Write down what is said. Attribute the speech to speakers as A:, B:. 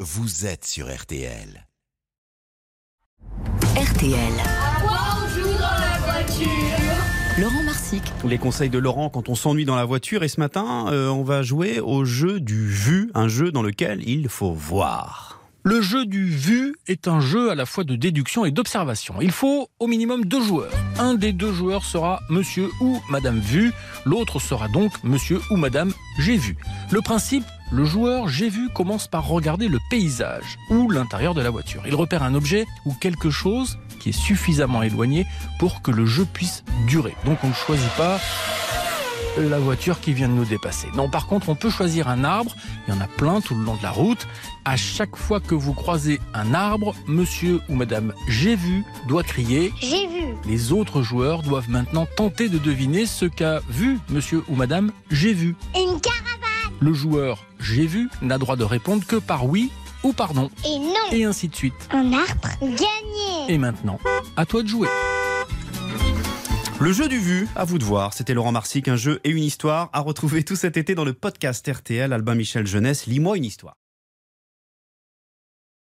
A: vous êtes sur RTL.
B: RTL.
C: Bonjour dans la voiture.
B: Laurent Marsic.
D: Les conseils de Laurent quand on s'ennuie dans la voiture. Et ce matin, euh, on va jouer au jeu du vu, un jeu dans lequel il faut voir.
E: Le jeu du vu est un jeu à la fois de déduction et d'observation. Il faut au minimum deux joueurs. Un des deux joueurs sera monsieur ou madame vu, l'autre sera donc monsieur ou madame j'ai vu. Le principe le joueur j'ai vu commence par regarder le paysage ou l'intérieur de la voiture. Il repère un objet ou quelque chose qui est suffisamment éloigné pour que le jeu puisse durer. Donc on ne choisit pas la voiture qui vient de nous dépasser. Non, par contre, on peut choisir un arbre. Il y en a plein tout le long de la route. À chaque fois que vous croisez un arbre, monsieur ou madame j'ai vu doit crier
C: J'ai vu.
E: les autres joueurs doivent maintenant tenter de deviner ce qu'a vu monsieur ou madame j'ai vu.
C: Une carte
E: Le joueur j'ai vu n'a droit de répondre que par oui ou par non,
C: et non.
E: et ainsi de suite.
C: Un arbre. Gagné.
E: Et maintenant, à toi de jouer.
D: Le jeu du vu, à vous de voir. C'était Laurent Marsic, un jeu et une histoire à retrouver tout cet été dans le podcast RTL Albin Michel Jeunesse. Lis-moi une histoire.